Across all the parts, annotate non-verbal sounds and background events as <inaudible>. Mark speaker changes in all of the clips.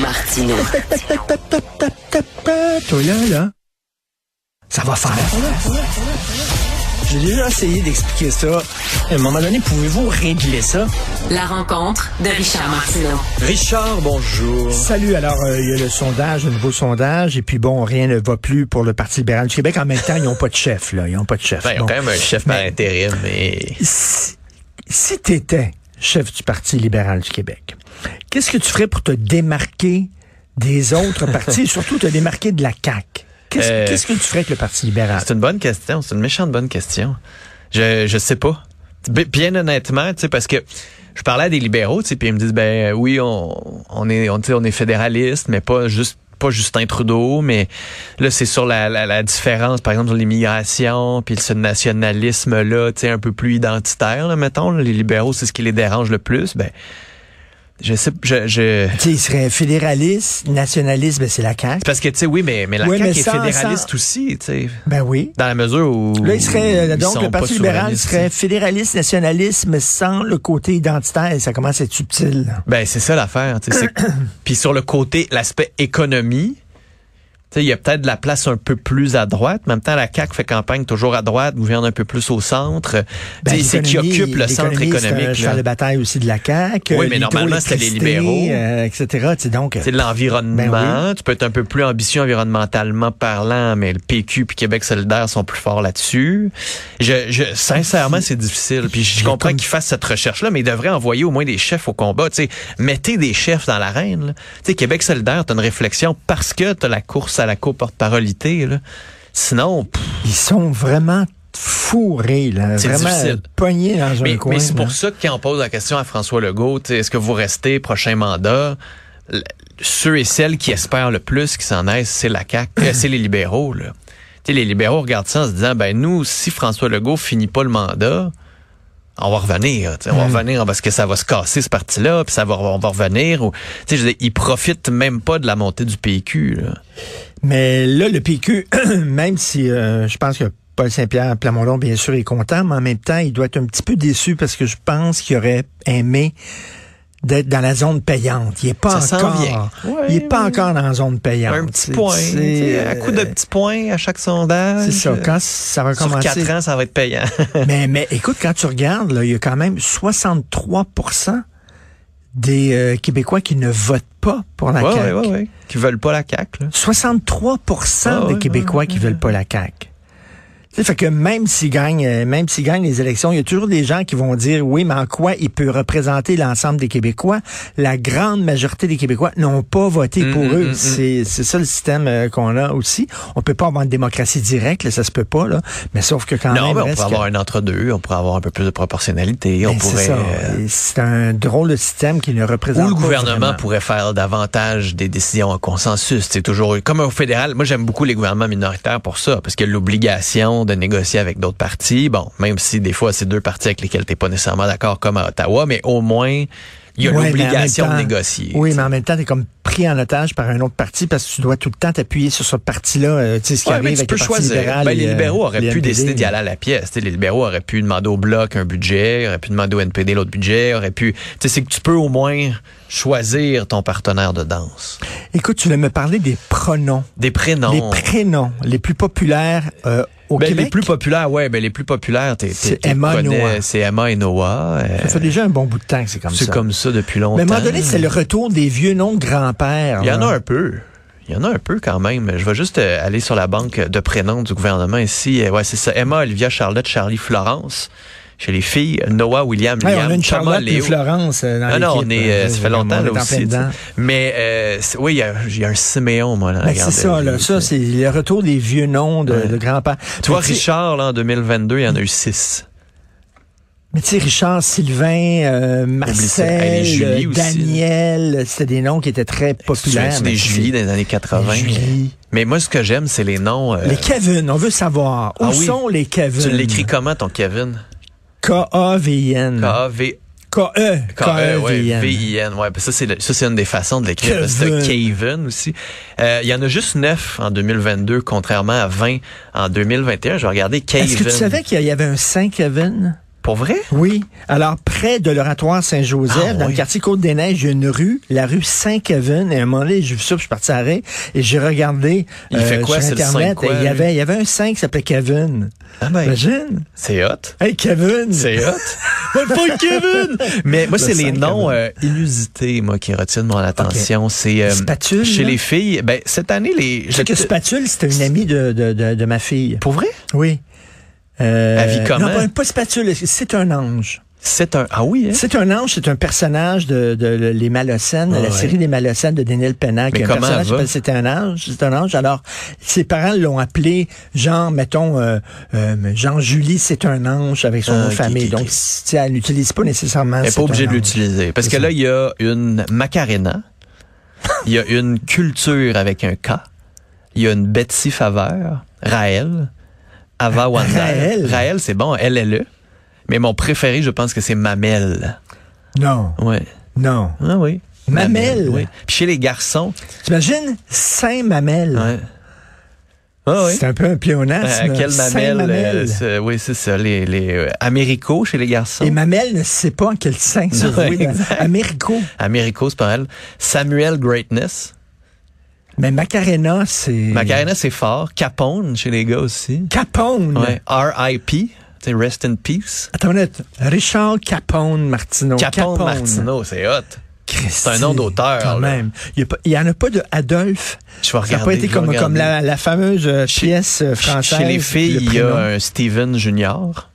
Speaker 1: Martino.
Speaker 2: Toi là, là, ça va faire. J'ai déjà essayé d'expliquer ça. À un moment donné, pouvez-vous régler ça?
Speaker 1: La rencontre de Richard Martineau.
Speaker 3: Richard, bonjour.
Speaker 2: Salut, alors euh, il y a le sondage, le nouveau sondage, et puis bon, rien ne va plus pour le Parti libéral du Québec. En même temps, ils n'ont pas de chef, là. Ils n'ont pas de chef.
Speaker 3: Ben, ils ont
Speaker 2: Bon.
Speaker 3: quand même un chef par intérim, mais
Speaker 2: Si, si tu étais chef du Parti libéral du Québec, qu'est-ce que tu ferais pour te démarquer des autres
Speaker 3: <laughs>
Speaker 2: partis et surtout te démarquer de la CAQ? Qu'est-ce
Speaker 3: Euh,
Speaker 2: qu'est-ce que tu ferais avec le Parti libéral?
Speaker 3: Ah. c'est une bonne question. C'est une méchante bonne question. Je, je sais pas. B- Bien honnêtement, tu sais, parce que je parlais à des libéraux, tu sais, puis ils me disent, ben oui, on, on est, on, tu sais, on est fédéraliste, mais pas juste pas Justin Trudeau, mais là, c'est sur la, la, la différence, par exemple, sur l'immigration, puis ce nationalisme-là, tu sais, un peu plus identitaire, là, mettons, là, les libéraux, c'est ce qui les dérange le plus, ben, je sais, je, je,
Speaker 2: Tu sais, il serait fédéraliste, nationaliste, ben c'est la
Speaker 3: C'est
Speaker 2: CAQ.
Speaker 3: parce que, tu sais, oui, mais, mais la
Speaker 2: Oui,
Speaker 3: CAQ
Speaker 2: mais
Speaker 3: est
Speaker 2: sans-
Speaker 3: fédéraliste
Speaker 2: sans-
Speaker 3: aussi, tu sais,
Speaker 2: Ben oui.
Speaker 3: dans la mesure où...
Speaker 2: Là, il serait, euh,
Speaker 3: ils
Speaker 2: donc,
Speaker 3: sont
Speaker 2: le Parti
Speaker 3: pas
Speaker 2: libéral
Speaker 3: souverainistes.
Speaker 2: serait fédéraliste, nationaliste, mais sans le côté identitaire. Ça commence à être subtil.
Speaker 3: Ben, c'est ça l'affaire, tu sais.
Speaker 2: <coughs>
Speaker 3: c'est- Puis sur le côté, l'aspect économie, tu sais, il y a peut-être de la place un peu plus à droite. mais En même temps, la CAQ fait campagne toujours à droite, gouverne un peu plus au centre. Tu sais, Ben, c'est qui
Speaker 2: Ben, l'économie-
Speaker 3: occupe le centre
Speaker 2: l'économie, C'est un
Speaker 3: économique,
Speaker 2: cheval de
Speaker 3: là.
Speaker 2: bataille aussi de la CAQ.
Speaker 3: Oui,
Speaker 2: euh,
Speaker 3: mais normalement, c'était les
Speaker 2: l'hydroélectricité,
Speaker 3: libéraux.
Speaker 2: euh, etc. Tu sais, donc,
Speaker 3: C'est de l'environnement.
Speaker 2: Ben
Speaker 3: Tu peux être un peu plus ambitieux environnementalement parlant, mais le PQ puis Québec solidaire sont plus forts là-dessus. Je, je, sincèrement, c'est difficile. Puis je comprends
Speaker 2: comme-
Speaker 3: qu'ils fassent cette recherche-là, mais ils devraient envoyer au moins des chefs au combat. Tu sais, mettez des chefs dans l'arène. là. Tu sais, Québec solidaire, t'as une réflexion parce que t'as la course à la co-porte-parolité. là. Sinon, pff,
Speaker 2: ils sont vraiment fourrés, là.
Speaker 3: C'est
Speaker 2: Vraiment
Speaker 3: difficile.
Speaker 2: pognés dans un
Speaker 3: mais,
Speaker 2: coin.
Speaker 3: mais c'est
Speaker 2: là.
Speaker 3: pour ça que quand on pose la question à François Legault, tu sais, est-ce que vous restez prochain mandat? l- Ceux et celles qui espèrent le plus qui s'en aillent, c'est la CAQ, euh, c'est les libéraux. Là. Tu sais, les libéraux regardent ça en se disant, ben nous, si François Legault finit pas le mandat, on va revenir, tu sais, on
Speaker 2: Hmm.
Speaker 3: va revenir parce que ça va se casser ce parti-là, puis ça va, on va revenir. Ou, tu sais, je veux dire, ils profitent même pas de la montée du PQ. Là.
Speaker 2: Mais là, le PQ, <clears throat> même si euh, je pense que Paul Saint-Pierre Plamondon, bien sûr, est content, mais en même temps, il doit être un petit peu déçu parce que je pense qu'il aurait aimé d'être dans la zone payante. Il est pas
Speaker 3: Ça s'en
Speaker 2: encore.
Speaker 3: vient. Ouais,
Speaker 2: il est pas
Speaker 3: mais-
Speaker 2: encore dans la zone payante.
Speaker 3: Un petit
Speaker 2: C'est-
Speaker 3: point, tu
Speaker 2: c'est,
Speaker 3: sais, à
Speaker 2: euh,
Speaker 3: coup de petits points à chaque sondage.
Speaker 2: C'est ça.
Speaker 3: euh,
Speaker 2: Quand ça va
Speaker 3: sur
Speaker 2: commencer.
Speaker 3: quatre ans, ça va être payant.
Speaker 2: Mais, mais écoute, quand tu regardes, là, il y a quand même 63 des euh, Québécois qui ne votent pas pour la
Speaker 3: Ouais,
Speaker 2: CAQ.
Speaker 3: ouais, ouais, ouais. Qui veulent pas la CAQ, là.
Speaker 2: 63
Speaker 3: Ah
Speaker 2: des
Speaker 3: ouais,
Speaker 2: Québécois qui veulent pas la CAQ. Tu sais, fait que même s'ils gagnent, euh, même s'ils gagnent les élections, il y a toujours des gens qui vont dire oui, mais en quoi il peut représenter l'ensemble des Québécois La grande majorité des Québécois n'ont pas voté
Speaker 3: Mm,
Speaker 2: pour eux. C'est c'est ça le système euh, qu'on a aussi. On peut pas avoir une démocratie directe, là, ça se peut pas là. Ah, Mais sauf que quand
Speaker 3: Non,
Speaker 2: même,
Speaker 3: mais on
Speaker 2: reste
Speaker 3: pourrait
Speaker 2: que-
Speaker 3: avoir un entre-deux, on pourrait avoir un peu plus de proportionnalité, on
Speaker 2: Ben, c'est
Speaker 3: pourrait...
Speaker 2: ça.
Speaker 3: euh,
Speaker 2: Et C'est un drôle de système qui ne représente
Speaker 3: Ou le
Speaker 2: pas
Speaker 3: gouvernement
Speaker 2: vraiment.
Speaker 3: pourrait faire davantage des décisions en consensus. C'est toujours comme au fédéral. Moi, j'aime beaucoup les gouvernements minoritaires pour ça, parce que l'obligation de négocier avec d'autres partis. Bon, même si des fois c'est deux partis avec lesquels t'es pas nécessairement d'accord, comme à Ottawa, mais au moins il y a
Speaker 2: Ouais, mais en
Speaker 3: l'obligation
Speaker 2: même
Speaker 3: de
Speaker 2: temps-
Speaker 3: négocier.
Speaker 2: Oui,
Speaker 3: tu
Speaker 2: mais en même temps, t'es comme pris en otage par un autre parti parce que tu dois tout le temps t'appuyer sur ce parti-là. euh, tu sais, ce qui
Speaker 3: Ouais,
Speaker 2: arrive
Speaker 3: mais tu
Speaker 2: avec
Speaker 3: peux
Speaker 2: le Parti
Speaker 3: choisir.
Speaker 2: libéral
Speaker 3: Ben,
Speaker 2: et,
Speaker 3: les
Speaker 2: euh,
Speaker 3: libéraux auraient
Speaker 2: le
Speaker 3: pu
Speaker 2: NPD.
Speaker 3: décider d'y aller à la pièce. Tu sais, les libéraux auraient pu demander au bloc un budget, auraient pu demander au NPD l'autre budget, auraient pu. Tu sais, c'est que tu peux au moins choisir ton partenaire de danse.
Speaker 2: Écoute, tu voulais me parler des pronoms,
Speaker 3: Des prénoms.
Speaker 2: les prénoms les plus populaires euh, au
Speaker 3: Ben,
Speaker 2: Québec.
Speaker 3: les plus populaires, ouais, ben les plus populaires, t'es, t'es-
Speaker 2: C'est
Speaker 3: t'es
Speaker 2: Emma
Speaker 3: connais,
Speaker 2: Noah.
Speaker 3: C'est Emma et Noah. euh,
Speaker 2: Ça fait déjà un bon bout de temps que c'est comme
Speaker 3: c'est
Speaker 2: ça.
Speaker 3: comme ça depuis longtemps.
Speaker 2: Mais à un moment donné, c'est le retour des vieux noms de grands-pères.
Speaker 3: Il y en
Speaker 2: là.
Speaker 3: a un peu. Il y en a un peu quand même. Je vais juste euh, aller sur la banque de prénoms du gouvernement ici. Euh, Ouais, c'est ça. Emma, Olivia, Charlotte, Charlie, Florence. Chez les filles, Noah, William,
Speaker 2: Ouais,
Speaker 3: Liam,
Speaker 2: on a une
Speaker 3: Thomas,
Speaker 2: Charlotte et
Speaker 3: Léo.
Speaker 2: Florence euh, dans
Speaker 3: Ah non, on
Speaker 2: l'équipe,
Speaker 3: est, euh,
Speaker 2: euh,
Speaker 3: ça fait longtemps
Speaker 2: on est
Speaker 3: là
Speaker 2: en plein
Speaker 3: aussi. tu sais.
Speaker 2: dedans.
Speaker 3: Mais euh, c'est- oui, il y a, il y a un Siméon, moi, là.
Speaker 2: Ben,
Speaker 3: regardez.
Speaker 2: c'est ça, là. Ça, c'est le retour des vieux noms de,
Speaker 3: Ouais.
Speaker 2: de grands-pères.
Speaker 3: Tu vois,
Speaker 2: Mais tu sais-
Speaker 3: Richard, là, en 2022, il y en a eu six.
Speaker 2: Mais tu sais, Richard, Sylvain, euh,
Speaker 3: Hey,
Speaker 2: Marcel,
Speaker 3: les Julie
Speaker 2: euh,
Speaker 3: aussi,
Speaker 2: Daniel, c'était des noms qui étaient très populaires.
Speaker 3: C'est
Speaker 2: mais ben,
Speaker 3: des
Speaker 2: c'est-
Speaker 3: Julie dans les années 80.
Speaker 2: Julie.
Speaker 3: Mais moi, ce que j'aime, c'est les noms. euh,
Speaker 2: Les Kevin, on veut savoir. Où
Speaker 3: Ah oui.
Speaker 2: sont les Kevin?
Speaker 3: tu l'écris comment, ton Kevin?
Speaker 2: K-A-V-N.
Speaker 3: K-A-V...
Speaker 2: K-E. E
Speaker 3: K-E, ouais,
Speaker 2: K-E-V-N.
Speaker 3: V-I-N. Ouais, ben ça, c'est le- ça, c'est une des façons de l'écrire. parce que
Speaker 2: Kevin.
Speaker 3: C'est Kevin aussi. Euh, Il y en a juste neuf en 2022, contrairement à 20 en 2021. Je vais regarder Kevin.
Speaker 2: Est-ce que tu savais qu'il y avait un Saint Kevin?
Speaker 3: Pour vrai?
Speaker 2: Oui. Alors, près de l'oratoire Saint-Joseph,
Speaker 3: Ah,
Speaker 2: dans le
Speaker 3: oui.
Speaker 2: quartier Côte-des-Neiges, il y a une rue, la rue Saint-Kevin. Et à un moment donné, j'ai vu ça, puis je suis parti à Ray, et j'ai regardé euh,
Speaker 3: Il fait quoi,
Speaker 2: sur
Speaker 3: c'est le
Speaker 2: Internet.
Speaker 3: Saint quoi,
Speaker 2: et il, y
Speaker 3: lui?
Speaker 2: avait, il y avait un Saint qui s'appelait Kevin.
Speaker 3: Ah ben,
Speaker 2: Imagine?
Speaker 3: c'est hot.
Speaker 2: Hey, Kevin!
Speaker 3: C'est
Speaker 2: <laughs>
Speaker 3: hot. Moi, le fuck Kevin! Mais moi,
Speaker 2: Le
Speaker 3: c'est les
Speaker 2: cinq
Speaker 3: noms
Speaker 2: Kevin.
Speaker 3: euh, inusités, moi, qui retiennent mon attention. C'est euh,
Speaker 2: Spatule,
Speaker 3: chez
Speaker 2: là?
Speaker 3: les filles. Ben, cette année, les.
Speaker 2: Je sais que Spatule, c'était une amie de, de, de, de ma fille.
Speaker 3: Pour vrai?
Speaker 2: Oui. Euh,
Speaker 3: Elle vit comment?
Speaker 2: Non, pas, pas Spatule, c'est un ange.
Speaker 3: C'est un. Ah oui, hein?
Speaker 2: C'est un ange, c'est un personnage de, de Les Malocènes, de
Speaker 3: Ah Ouais.
Speaker 2: la série Les Malocènes de Daniel Pennant, qui est un
Speaker 3: comment
Speaker 2: personnage
Speaker 3: elle
Speaker 2: qui
Speaker 3: va?
Speaker 2: s'appelle C'était un ange, c'est un ange. Alors, ses parents l'ont appelé, genre, mettons, euh, euh, Jean-Julie, c'est un ange avec son
Speaker 3: Ah,
Speaker 2: nom de
Speaker 3: ok,
Speaker 2: famille.
Speaker 3: ok,
Speaker 2: Donc,
Speaker 3: ok.
Speaker 2: si tu- elle n'utilise pas nécessairement
Speaker 3: Elle n'est
Speaker 2: Ah, C'est
Speaker 3: pas
Speaker 2: un
Speaker 3: obligée de
Speaker 2: ange.
Speaker 3: l'utiliser. Parce
Speaker 2: C'est
Speaker 3: que
Speaker 2: ça.
Speaker 3: là, il y a une
Speaker 2: <laughs>
Speaker 3: Macarena, il y a une culture avec un K, il y a une Betsy Faveur, Raël, Ava Wanda.
Speaker 2: Ah, Raël?
Speaker 3: c'est bon, elle est le. Mais mon préféré, je pense que c'est Mamel.
Speaker 2: Non,
Speaker 3: Ouais.
Speaker 2: non.
Speaker 3: Ah oui.
Speaker 2: Mamel?
Speaker 3: oui. Puis chez les garçons,
Speaker 2: T'imagines Saint-Mamel?
Speaker 3: ouais. Ah oui.
Speaker 2: C'est un peu un
Speaker 3: Euh,
Speaker 2: pléonasme.
Speaker 3: quelle mamelle?
Speaker 2: Saint-Mamel.
Speaker 3: euh, c'est- oui, c'est ça. Les, les euh, Américots chez les garçons.
Speaker 2: Et Mamel ne sait pas en quel sein se
Speaker 3: <laughs> Ouais,
Speaker 2: vouer dans-
Speaker 3: exact.
Speaker 2: Américo.
Speaker 3: Américaus, c'est pas mal. Samuel Greatness.
Speaker 2: Mais Macarena, c'est...
Speaker 3: Macarena, c'est fort. Capone, chez les gars aussi.
Speaker 2: Capone.
Speaker 3: Ouais. R.I.P. t'sais, Rest in peace.
Speaker 2: Attends une minute. Richard Oh, Capone Martineau.
Speaker 3: Capone, Martino, c'est hot.
Speaker 2: Christy.
Speaker 3: C'est un nom d'auteur,
Speaker 2: Quand
Speaker 3: là.
Speaker 2: même. Il n'y en a pas de Adolphe.
Speaker 3: Je vais
Speaker 2: Ça n'a
Speaker 3: regarder.
Speaker 2: pas été
Speaker 3: je vais
Speaker 2: comme,
Speaker 3: regarder.
Speaker 2: comme la, la fameuse euh, pièce euh,
Speaker 3: Ch-
Speaker 2: française.
Speaker 3: Chez les filles,
Speaker 2: le
Speaker 3: il y a
Speaker 2: prénom.
Speaker 3: un Steven Junior.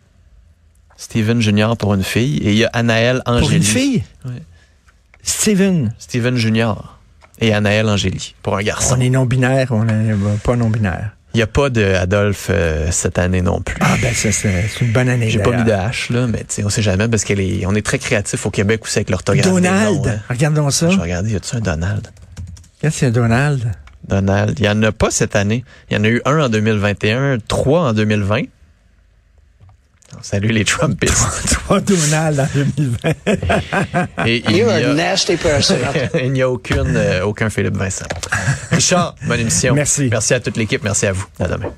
Speaker 3: Steven Junior pour une fille. Et il y a Anaël Angélie.
Speaker 2: Pour une fille?
Speaker 3: Ouais.
Speaker 2: Steven.
Speaker 3: Steven Junior. Et Anaël Angélie pour un garçon.
Speaker 2: On est non-binaire, on n'est pas non-binaire.
Speaker 3: Il n'y a pas de Adolphe euh, cette année non plus.
Speaker 2: Ah ben, ça, c'est c'est une bonne année.
Speaker 3: J'ai pas mis de
Speaker 2: d'ailleurs.
Speaker 3: H, là, mais tu sais, on sait jamais parce qu'on est, on est très créatif au Québec aussi avec l'orthographe. des
Speaker 2: Donald.
Speaker 3: noms, hein.
Speaker 2: Regardons ça.
Speaker 3: Je vais
Speaker 2: Regarde,
Speaker 3: regarder, y a-tu un Donald?
Speaker 2: c'est un Donald.
Speaker 3: Donald. Il n'y en a pas cette année. Il y en a eu un en 2021, trois en 2020. On salue les Trumpistes.
Speaker 2: <laughs>
Speaker 4: <laughs>
Speaker 2: Trois Donald en 2020.
Speaker 3: Et il n'y
Speaker 4: You're a
Speaker 3: a,
Speaker 4: nasty person.
Speaker 3: <laughs> il n'y a aucune, euh, aucun Philippe Vincent. Richard, bonne émission.
Speaker 2: Merci.
Speaker 3: Merci à toute l'équipe. Merci à vous. À demain.